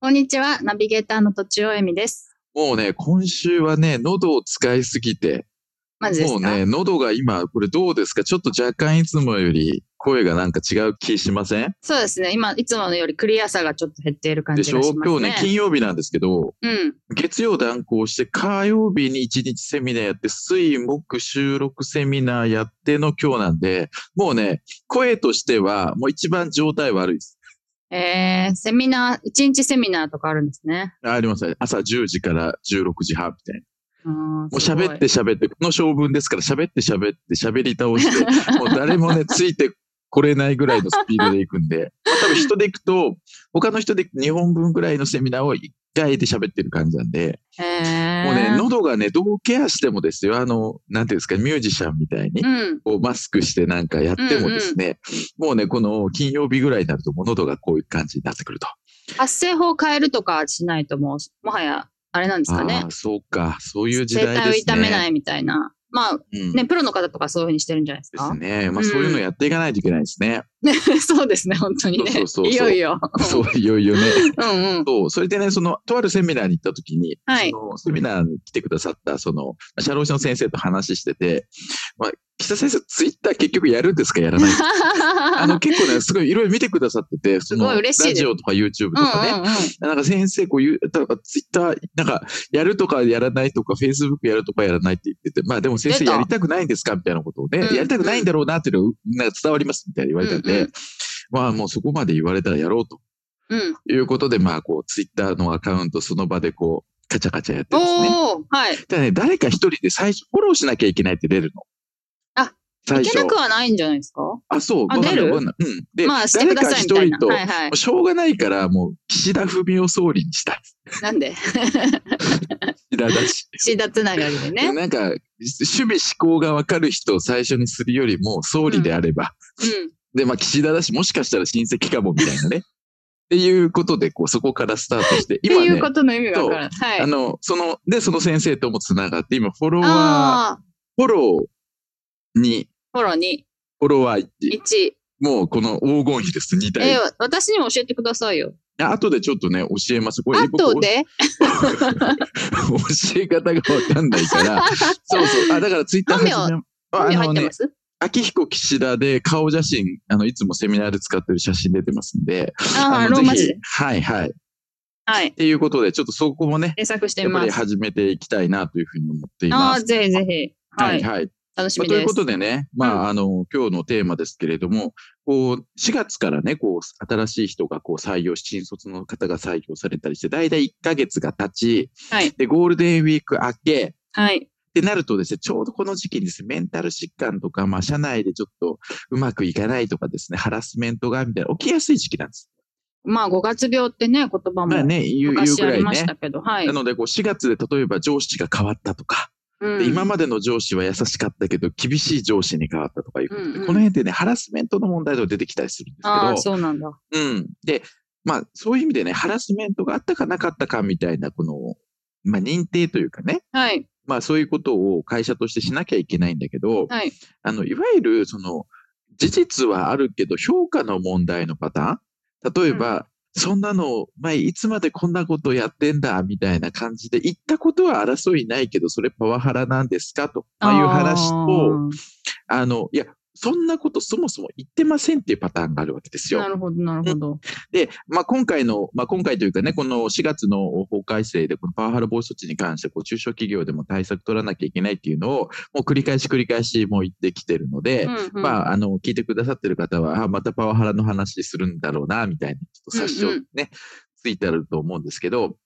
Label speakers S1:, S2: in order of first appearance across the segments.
S1: こんにちは、ナビゲーターのとちおえみです。
S2: もうね、今週はね、喉を使いすぎて、
S1: マジです
S2: も
S1: か
S2: うね、喉が今、これどうですかちょっと若干いつもより声がなんか違う気しません
S1: そうですね。今、いつものよりクリアさがちょっと減っている感
S2: で
S1: じ
S2: しょ
S1: がしますね。
S2: 今日ね、金曜日なんですけど、
S1: うん。
S2: 月曜断行して、火曜日に一日セミナーやって、水木収録セミナーやっての今日なんで、もうね、声としては、もう一番状態悪いです。
S1: えー、セミナー、一日セミナーとかあるんですね。
S2: あありますね。朝10時から16時半みたいな。
S1: も
S2: もう喋って。喋って、この性分ですから喋って喋って喋り倒 して、もう誰もね、ついてこれないぐらいのスピードで行くんで、まあ多分人で行くと、他の人で2本分ぐらいのセミナーを1回で喋ってる感じなんで、
S1: えー、
S2: もうね、喉がね、どうケアしてもですよ、あの、なんていうんですか、ミュージシャンみたいに。
S1: うん。
S2: こうマスクしてなんかやってもですね、もうね、この金曜日ぐらいになると、もう喉がこういう感じになってくると。
S1: 発声法を変えるとかしないともう、もはや、あれなんですかね
S2: あ。あ、そうか、そういう時
S1: 声
S2: 代です
S1: 帯
S2: ね。
S1: を痛めないみたいな。まあ、
S2: うん
S1: ね、プロの方とかそういうふうにしてるんじゃないです
S2: です
S1: か。
S2: ね。まあ、そういうのやっていかないといけないですね。
S1: そうですね、本当にね。
S2: そうそうそうそう
S1: よいよ。
S2: そう、いよい よね。
S1: うんうん。
S2: そう、それでね、その、とあるセミナーに行った時に、
S1: はい
S2: そのセミナーに来てくださった、その、社労士の先生と話してて、まあ、岸田先生、ツイッター結局やるんですかや らないんですかあの、結構ね、すごいいろいろ見てくださってて、その、
S1: すごい
S2: ラ
S1: 嬉しいです
S2: ジオとか YouTube とかね、
S1: うんうんうん。
S2: なんか先生、こういう、たツイッター、なんか、やるとかやらないとか、Facebook やるとかやらないって言ってて、まあでも先生
S1: 出た
S2: やりたくないんですかみたいなことをね、
S1: うん
S2: やりたくないんだろうなっていうのがなんか伝わりますみたいに言われたんで、
S1: うんうん
S2: まあもうそこまで言われたらやろうと。
S1: うん。
S2: ということで、まあ、こう、ツイッターのアカウントその場でこう、カチャカチャやってですね。
S1: おー、はい。
S2: ただね、誰か一人で最初フォローしなきゃいけないって出るの。
S1: あ、
S2: 最
S1: いけ
S2: 初
S1: な。くはないんじゃないですか
S2: あ、そう。
S1: あ
S2: わかんない
S1: 出る
S2: わかんないうん。で、
S1: まあしてくださいみたい
S2: 誰か一
S1: な。
S2: 人と、
S1: はいはい
S2: もう。しょうがないから、もう、岸田文雄総理にした。
S1: な んで
S2: 岸田だし。
S1: 死だつながりでね。
S2: なんか、趣味思考がわかる人を最初にするよりも、総理であれば、
S1: うん。
S2: で、まあ、岸田だし、もしかしたら親戚かも、みたいなね。っていうことで、こう、そこからスタートして、
S1: って
S2: 今
S1: いう
S2: ね
S1: こ、との意味がわからない。
S2: あ
S1: はい。
S2: の、その、で、その先生ともつながって、今、フォロワ
S1: ああ、
S2: ー、フォローに、
S1: フォローに
S2: フォロワー1。
S1: 1。
S2: もう、この黄金比です、2
S1: え
S2: 対
S1: ー、私にも教えてくださいよ。
S2: 1。後でちょっとね、教えます。これ、
S1: あとで、
S2: 僕 教え方がわかんないから。そうそう。あ、だから、ツイッター
S1: 本
S2: 始
S1: 名
S2: め
S1: 本名
S2: ああ
S1: 入
S2: の
S1: って
S2: ね
S1: ま、す
S2: 秋彦岸田で顔写真、あの、いつもセミナーで使ってる写真出てますんで。
S1: ああ、
S2: の
S1: ローマ字
S2: ぜ
S1: で
S2: ひ。はいはい。っ
S1: はい。
S2: ていうことで、ちょっとそこもね、
S1: 検索して
S2: やっ
S1: み
S2: ぱ
S1: ま
S2: り
S1: す。
S2: 始めていきたいなというふうに思ってい
S1: あ
S2: ま
S1: あ、
S2: す。
S1: ぜひぜひ。はい。
S2: はい。
S1: 楽し
S2: まあ
S1: み
S2: とい
S1: で
S2: うこ
S1: す。
S2: とでね、まあ、あの、今日のテーマですけれども、こう、4月からね、こう、新しい人がこう採用、新卒の方が採用されたりして、だいたい1ヶ月が経ち、
S1: はい。
S2: で、ゴールデンウィーク明け、
S1: はい。
S2: ってなるとですね、ちょうどこの時期にですね、メンタル疾患とか、まあ、社内でちょっとうまくいかないとかですね、ハラスメントが、みたいな、起きやすい時期なんです。
S1: まあ、五月病ってね、言葉
S2: まあ
S1: も
S2: ね、言う、言う
S1: 昔
S2: ぐ
S1: あ
S2: ら
S1: り
S2: い
S1: まし
S2: ね
S1: た。けど、はい
S2: な。ので、こう、4月で例えば上司が変わったとか、
S1: う
S2: で
S1: ん
S2: 今までの上司は優しかったけど、厳しい上司に変わったとかいうことで、
S1: うんうん
S2: この辺でね、ハラスメントの問題とか出てきたりするん
S1: ああ、
S2: ですけど、
S1: そうなんだ。
S2: うん。で、まあ、そういう意味でね、ハラスメントがあったかなかったかみたいな、この、まあ、認定というかね、
S1: はい。
S2: まあ、そういうことを会社としてしなきゃいけないんだけど、
S1: はい。
S2: あの、いわゆる、その、事実はあるけど、評価の問題のパターン例えば、そんなの、前、いつまでこんなことやってんだ、みたいな感じで、言ったことは争いないけど、それパワハラなんですかと、まあ、いう話と、あの、いや、そんなことそもそも言ってませんっていうパターンがあるわけです
S1: な
S2: よ。
S1: るほど、なるほど。
S2: で、まあ、今回の、まあ、今回というかね、この4月の法改正で、このパワハラ防止措置に関して、こう、中小企業でも対策取らなきゃいけないっていうのを、もう繰り返し繰り返しもう言ってきてるので、
S1: うんうん
S2: まあ、あの、聞いてくださってる方は、あ、またパワハラの話するんだろうな、みたいな、ちょっと察しを
S1: うんう
S2: ね、ついてあると思うんですけど、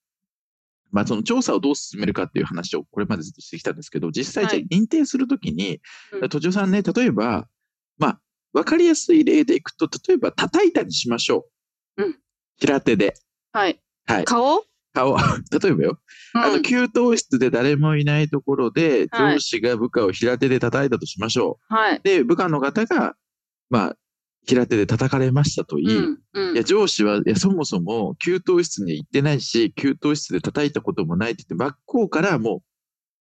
S2: まあ、その調査をどう進めるかっていう話をこれまでずっとしてきたんですけど、実際
S1: はい
S2: じゃあ認定するときに
S1: う、ん
S2: 途中さんね、例えば、まあ、わかりやすい例でいくと、例えば叩いたりしましょう。
S1: うん
S2: 平手で。
S1: はい。
S2: はい
S1: 顔
S2: 顔、 例えばよ、あ
S1: う
S2: の、
S1: ん、
S2: 給湯室で誰もいないところで、
S1: はい
S2: 上司が部下を平手で叩いたとしましょ
S1: はい。
S2: う。で、部下の方が、まあ、平手で叩かれましたと言い、
S1: うんうん
S2: いや、上司は、いや、そもそも、給湯室に行ってないし、給湯室で叩いたこともないって言って、真っ向からも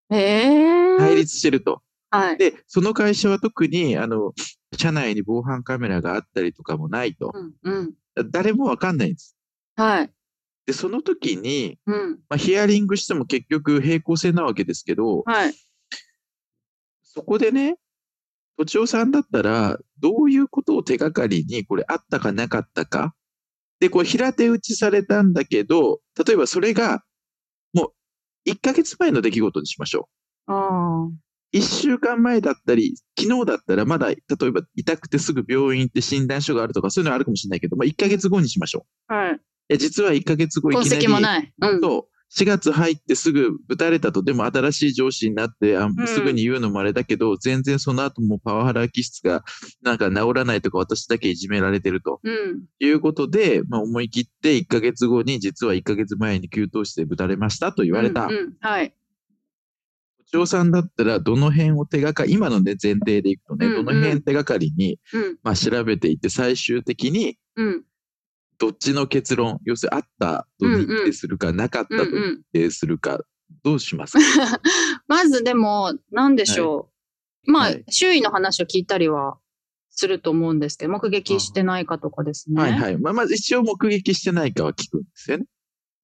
S1: え
S2: う
S1: ー
S2: 対立してると。
S1: はい。
S2: で、その会社は特に、あの、社内に防犯カメラがあったりとかもないと。
S1: うんうん。
S2: 誰もわかんないんです。
S1: はい。
S2: で、その時に、
S1: うん。
S2: まあ、ヒアリングしても結局平行線なわけですけど、
S1: はい。
S2: そこでね、とちおさんだったら、どういうことを手がかりに、これあったかなかったか。で、こう平手打ちされたんだけど、例えばそれが、もう1ヶ月前の出来事にしましょ
S1: ああ。
S2: う。1週間前だったり、昨日だったらまだ、例えば痛くてすぐ病院行って診断書があるとか、そういうのあるかもしれないけど、まあ1ヶ月後にしましょ
S1: はい。
S2: う。いや、実は1ヶ月後い
S1: 痕
S2: きなり。
S1: 跡もない。うん。
S2: そう。4月入ってすぐぶたれたと、でも新しい上司になって、あ
S1: ん
S2: すぐに言うのもあれだけど、全然その後もパワハラ気質がなんか治らないとか、私だけいじめられてると
S1: うん。
S2: いうことで、まあ、思い切って1ヶ月後に、実は1ヶ月前に給湯室でぶたれましたと言われた。
S1: うん
S2: 部
S1: うんはい。
S2: 長さんだったら、どの辺を手がかり、今のね、前提でいくとね、
S1: うんうん
S2: どの辺手がかりに、
S1: うん。
S2: まあ、調べていって、最終的に、
S1: うん。
S2: どっちの結論、要するにあったと認定するか、なかった
S1: うん
S2: と
S1: う
S2: 認
S1: ん。
S2: 定するか、どうしますか
S1: まずでも、何でしょう。まあ
S2: はい、
S1: 周囲の話を聞いたりはすると思うんですけど、目撃してないかとかですね。
S2: はいはい。まあ、まず一応目撃してないかは聞くんですよね。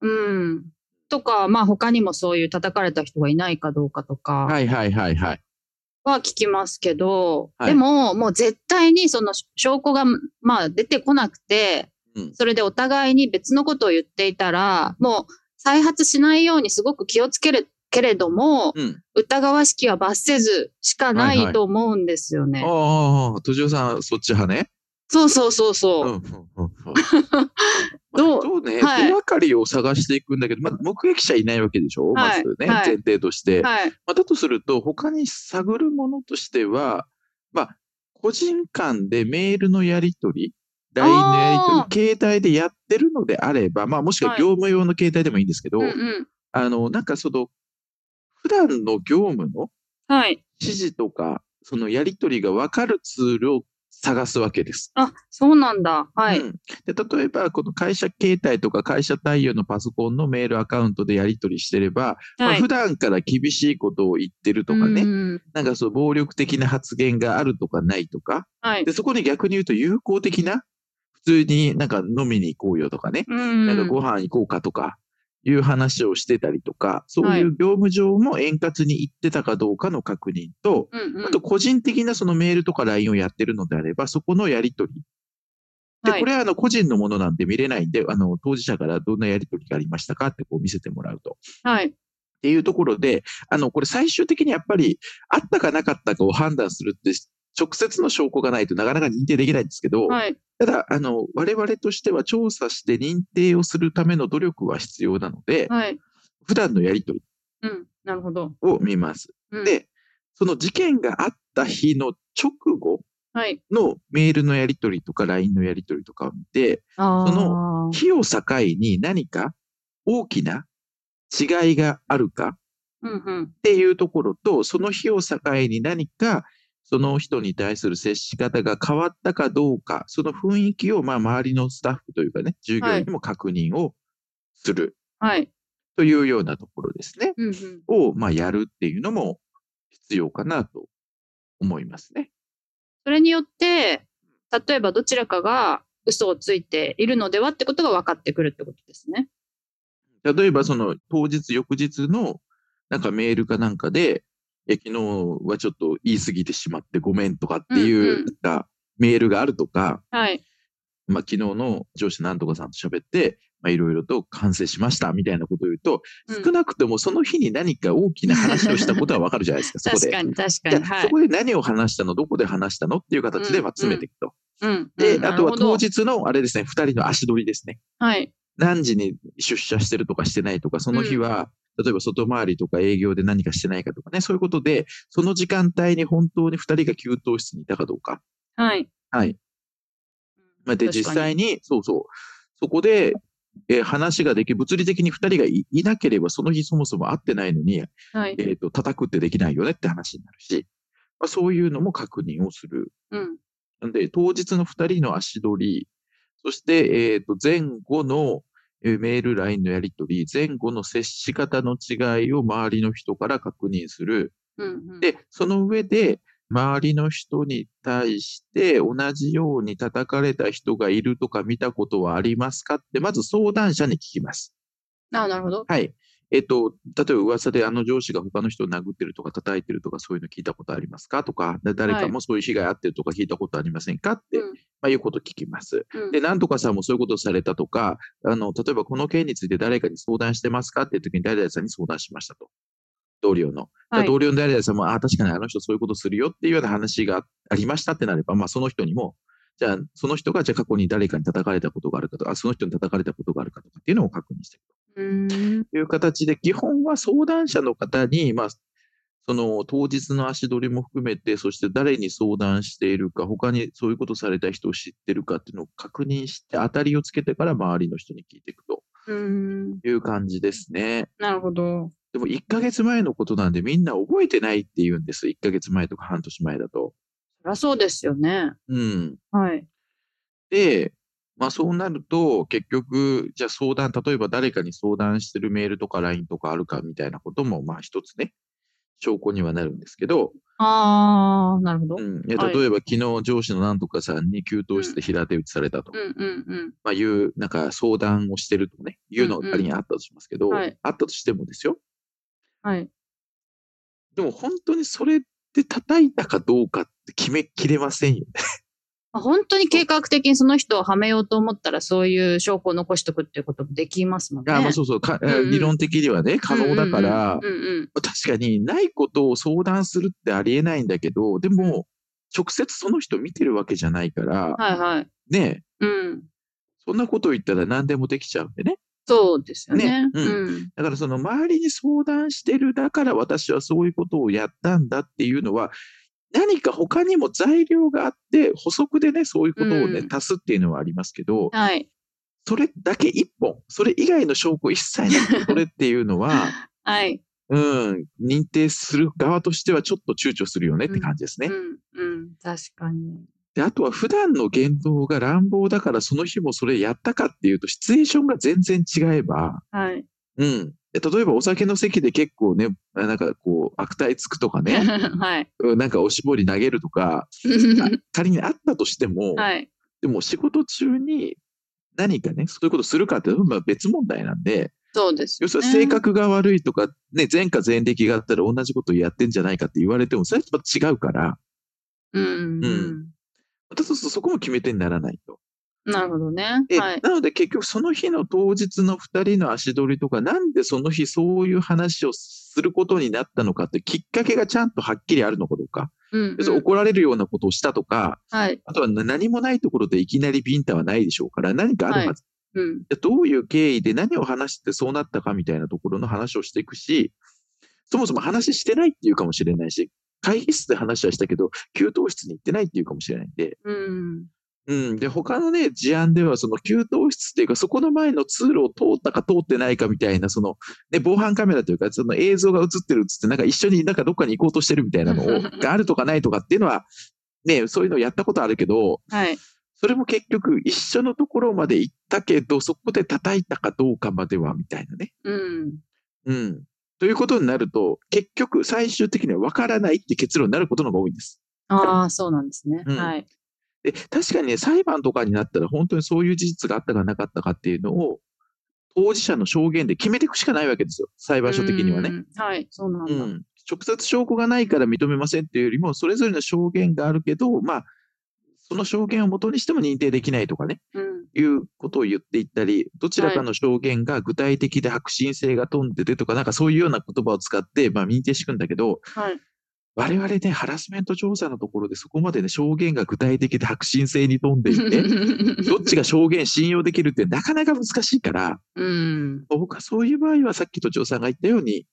S1: うん。とか、まあ他にもそういう叩かれた人がいないかどうかとか
S2: はいはいはいはい。
S1: は聞きますけど、
S2: はい
S1: でももう絶対にその証拠がまあ出てこなくて、
S2: うん
S1: それでお互いに別のことを言っていたら、もう再発しないようにすごく気をつけるけれども、
S2: うん。
S1: 疑わしきは罰せずしかな
S2: はいはい
S1: いと思うんですよね。
S2: ああ、とじおさん、そっち派ね。
S1: そうそうそう
S2: うん
S1: そうう。
S2: んうんうん。
S1: どう
S2: そうね、
S1: はい
S2: 手がかりを探していくんだけど、まあ、目撃者いないわけでしょ、
S1: はい
S2: まずね、
S1: はい
S2: 前提として。
S1: はい。
S2: まあ、だとすると、他に探るものとしては、まあ、個人間でメールのやり取り、LINE のやり
S1: あ
S2: 取り、携帯でやってるのであれば、まあ、もしくは
S1: はい
S2: 業務用の携帯でもいいんですけど、
S1: うんうん。
S2: あの、なんかその、普段の業務の
S1: はい。
S2: 指示とか、そのやり取りが分かるツールを探すわけです。
S1: あ、そうなんだ。はい。
S2: うんで例えば、この会社携帯とか会社対応のパソコンのメールアカウントでやり取りしてれば、まあ
S1: はい。
S2: 普段から厳しいことを言ってるとかね、
S1: うん
S2: なんかそう暴力的な発言があるとかないとか、
S1: はい。
S2: でそこに逆に言うと友好的な、普通になんか飲みに行こうよとかね、
S1: うん
S2: なんかご飯行こうかとか、いう話をしてたりとか、そういう業務上も円滑に行ってたかどうかの確認と、
S1: うんうん
S2: あと個人的なそのメールとか LINE をやってるのであれば、そこのやり取り。
S1: は
S2: で、
S1: い
S2: これはあの個人のものなんで見れないんで、あの当事者からどんなやり取りがありましたかってこう見せてもらうと。っ
S1: はい。
S2: ていうところで、あの、これ最終的にやっぱりあったかなかったかを判断するって、直接の証拠がないとなかなか認定できないんですけど、
S1: はい。
S2: ただ、あの、我々としては調査して認定をするための努力は必要なので、
S1: はい。
S2: 普段のやり取り
S1: うん。なるほど。
S2: を見ます。
S1: うん、
S2: で、その事件があった日の直後、
S1: はい。
S2: のメールのやり取りとか LINE のやり取りとかを見て、
S1: あー
S2: そ日を境に何か大きな違いがあるかっ
S1: うんうん。
S2: ていうところと、その日を境に何かその人に対する接し方が変わったかどうか、その雰囲気をまあ周りのスタッフというかね、従業員にも確認をする
S1: はい。
S2: というようなところですね。
S1: うんうん。
S2: をまあやるっていうのも必要かなと思いますね。
S1: それによって、例えばどちらかが嘘をついているのではってことが分かってくるってことですね。
S2: 例えばその当日、翌日のなんかメールかなんかで、え昨日はちょっと言い過ぎてしまってごめんとかって
S1: うん
S2: いううんなんかメールがあるとか、
S1: はい。
S2: まあ、昨日の上司なんとかさんと喋って、まあ、いろいろと完成しましたみたいなことを言うと、
S1: うん
S2: 少なくともその日に何か大きな話をしたことはわかるじゃないです か、そこ
S1: 確
S2: で。
S1: かに確か
S2: じゃ
S1: に。
S2: あ
S1: はい
S2: そ。こで何を話したの、どこで話したのっていう形でまあ詰めていくと。
S1: うん。
S2: で
S1: う、ん
S2: あとは当。
S1: なるほど
S2: 日のあれですね、二人の足取りですね。
S1: はい。
S2: 何時に出社してるとかしてないとか、その日は、例えば外回りとか営業で何かしてないかとかね、そういうことで、その時間帯に本当に2人が給湯室にいたかどうか。
S1: はい。
S2: はい。まあで、
S1: 確かに
S2: 実際に、そうそう、そこでえー話ができ、物理的に二人がいいなければ、その日そもそも会ってないのに、
S1: はい
S2: え。っ、と、叩くってできないよねって話になるし、まあ、そういうのも確認をする。
S1: うん。
S2: なんで、当日の二人の足取り、そして、えっ、と、前後のえーメール、LINE のやり取り、前後の接し方の違いを周りの人から確認する。
S1: うんうん。
S2: で、その上で、周りの人に対して同じように叩かれた人がいるとか見たことはありますかって、まず相談者に聞きます。
S1: ああ、なるほど。
S2: はい。えっと、例えば噂であの上司が他の人を殴ってるとか叩いてるとかそういうの聞いたことありますかとか、だ誰かもそういう被害あってるとか聞いたことありませんかって、
S1: うん
S2: まあ、いうこと聞きます。
S1: うん
S2: で、なんとかさんもそういうことされたとか、あの、例えばこの件について誰かに相談してますかっていう時に誰々さんに相談しましたと。同僚の。だから
S1: はい
S2: 同僚の誰々さんも、ああ、確かにあの人そういうことするよっていうような話がありましたってなれば、まあその人にも、じゃあその人がじゃあ過去に誰かに叩かれたことがあるかとか、あその人に叩かれたことがあるかとかっていうのを確認していく
S1: うーん。
S2: という形で、基本は相談者の方に、まあ、その当日の足取りも含めて、そして誰に相談しているか、他にそういうことされた人を知ってるかっていうのを確認して、当たりをつけてから周りの人に聞いていくと
S1: うーん。
S2: いう感じですね。
S1: なるほど。
S2: でも1ヶ月前のことなんでみんな覚えてないって言うんです。1ヶ月前とか半年前だと。
S1: そりゃそうですよね。
S2: うん。
S1: はい。
S2: で、まあそうなると、結局、じゃあ相談、例えば誰かに相談してるメールとか LINE とかあるかみたいなことも、まあ一つね、証拠にはなるんですけど、
S1: ああ、なるほど。う
S2: うんん、え例えば、
S1: はい
S2: 昨日上司のなんとかさんに給湯室で平手打ちされたと、
S1: うん
S2: まあ、いう、なんか相談をしてるとね、いうの
S1: うんう
S2: が
S1: ん
S2: 仮にあったとしますけど、
S1: はい
S2: あったとしてもですよ。
S1: うん。はい。
S2: でも本当にそれで叩いたかどうかって決めきれませんよね。
S1: まあ本当に計画的にその人をはめようと思ったら、そういう証拠を残しておくっていうこともできますもんね。
S2: あまあそうそうか、
S1: んうん
S2: 理論的にはね、可能だから、
S1: うんうんうん。
S2: 確かにないことを相談するってありえないんだけど、でも、直接その人見てるわけじゃないから、
S1: はいはい。
S2: ねえ、
S1: うん。
S2: そんなこと言ったら何でもできちゃうんでね。
S1: そうですよね
S2: ね。うん
S1: うん。
S2: だからその周りに相談してる、だから私はそういうことをやったんだっていうのは、何か他にも材料があって、補足でね、そういうことをね、
S1: うん
S2: 足すっていうのはありますけど、
S1: はい。
S2: それだけ一本、それ以外の証拠一切 なくこれっていうのは、
S1: はい。
S2: うん、認定する側としてはちょっと躊躇するよねって感じですね
S1: う。ん。うん。確かに。
S2: で、あとは普段の言動が乱暴だからその日もそれやったかっていうと、シチュエーションが全然違えば、
S1: はい。
S2: うん。例えばお酒の席で結構ね、あなんかこう、悪態つくとかね、
S1: はい。
S2: うんなんかおしぼり投げるとか、あ仮にあったとしても、
S1: はい。
S2: でも仕事中に何かね、そういうことするかって、まあ別問題なんで、
S1: そうです
S2: 要
S1: よ
S2: する
S1: ね。
S2: に性格が悪いとか、ね、前科前歴があったら同じことやってんじゃないかって言われても、それはやっぱ違うから、
S1: うん。う。
S2: うんまたそうするとそこも決め手にならないと。
S1: なるほどね。
S2: で
S1: はい。
S2: なので結局その日の当日の2人の足取りとか、なんでその日そういう話をすることになったのかってきっかけがちゃんとはっきりあるのかどうか。
S1: うん
S2: 別に怒られるようなことをしたとか、
S1: はい。
S2: あとはな何もないところでいきなりビンタはないでしょうから、何かあるはず。
S1: うん。
S2: じゃあどういう経緯で何を話してそうなったかみたいなところの話をしていくし、そもそも話してないっていうかもしれないし、会議室で話はしたけど、給湯室に行ってないっていうかもしれないんで、
S1: うん。
S2: うん。で、他のね、事案では、その給湯室っていうか、そこの前の通路を通ったか通ってないかみたいな、その、ね、防犯カメラというか、その映像が映ってる映って、なんか一緒になんかどっかに行こうとしてるみたいなのをがあるとかないとかっていうのは、ね、そういうのやったことあるけど、
S1: はい。
S2: それも結局一緒のところまで行ったけど、そこで叩いたかどうかまでは、みたいなね。
S1: うん。
S2: うん。ということになると、結局最終的には分からないって結論になることの方が多いんです。
S1: ああ、そうなんですね。
S2: うん
S1: はい。
S2: で、確かにね、裁判とかになったら、本当にそういう事実があったかなかったかっていうのを、当事者の証言で決めていくしかないわけですよ、裁判所的には
S1: う
S2: ね。
S1: ん。はい。そうなん
S2: う
S1: だ。
S2: ん。直接証拠がないから認めませんっていうよりも、それぞれの証言があるけど、まあ、その証言をもとにしても認定できないとかね、
S1: うん。
S2: いうことを言っていったり、どちらかの証言が具体的で白真性が飛んでてとか、なんかそういうような言葉を使って、まあ認定していくんだけど、
S1: はい。
S2: 我々ね、ハラスメント調査のところでそこまでね、証言が具体的で白真性に飛んでいて、どっちが証言信用できるってなかなか難しいから、
S1: うん。
S2: 僕はそういう場合はさっき都庁さんが言ったように、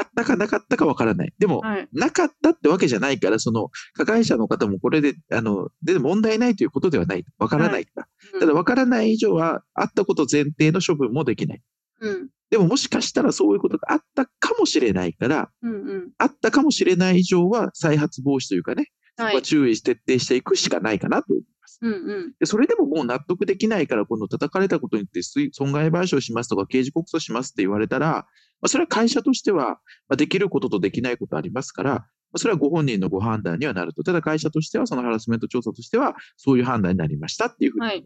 S2: あったかなかったかわからない。でも、
S1: はい。
S2: なかったってわけじゃないから、その、加害者の方もこれで、あの、で問題ないということではない。わからないから。
S1: うん
S2: ただ、わからない以上は、あったこと前提の処分もできない。
S1: うん。
S2: でも、もしかしたらそういうことがあったかもしれないから、
S1: うんうん。
S2: あったかもしれない以上は、再発防止というかね、
S1: は
S2: まあ
S1: い。
S2: 注意して徹底していくしかないかなと。
S1: うんうん。
S2: でそれでももう納得できないから、この叩かれたことによってすい損害賠償しますとか、刑事告訴しますって言われたら、まあ、それは会社としては、まあできることとできないことありますから、まあそれはご本人のご判断にはなると。ただ会社としては、そのハラスメント調査としては、そういう判断になりましたっていうふうに、
S1: はい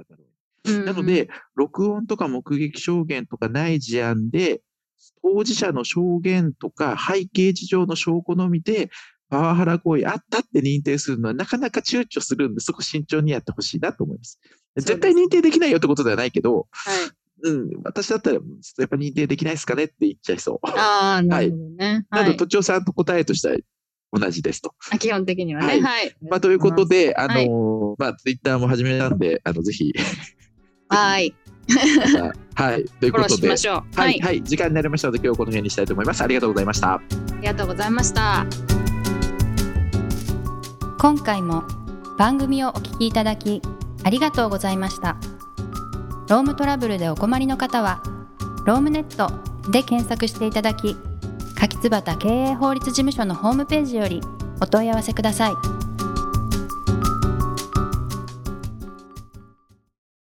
S2: なので、録音とか目撃証言とかない事案で、当事者の証言とか背景事情の証拠のみで、パワハラ行為あったって認定するのはなかなか躊躇するんで、そこ慎重にやってほしいなと思います。
S1: そうです
S2: 絶対認定できないよってことではないけど、
S1: はい。
S2: うん、私だったら、ちょっとやっぱ認定できないですかねって言っちゃいそう。
S1: ああ、なるほどね。は
S2: なの
S1: い
S2: で、。都庁さんと答えとしては同じですと。
S1: あ基本的には
S2: は
S1: ね。
S2: い
S1: はい。
S2: まあ、ということで、あの
S1: はい
S2: ーまあ、ツイッターも始めたんで、あの、ぜひ、
S1: はい。
S2: また はい、という
S1: フォロ
S2: こ
S1: ー
S2: と
S1: し
S2: で
S1: ま。しょう。
S2: は、
S1: はいい。
S2: はい、時間になりましたので、今日はこの辺にしたいと思います。ありがとうございました。
S1: ありがとうございました。
S3: 今回も番組をお聞きいただきありがとうございましたロームトラブルでお困りの方はロームネットで検索していただき柿椿経営法律事務所のホームページよりお問い合わせください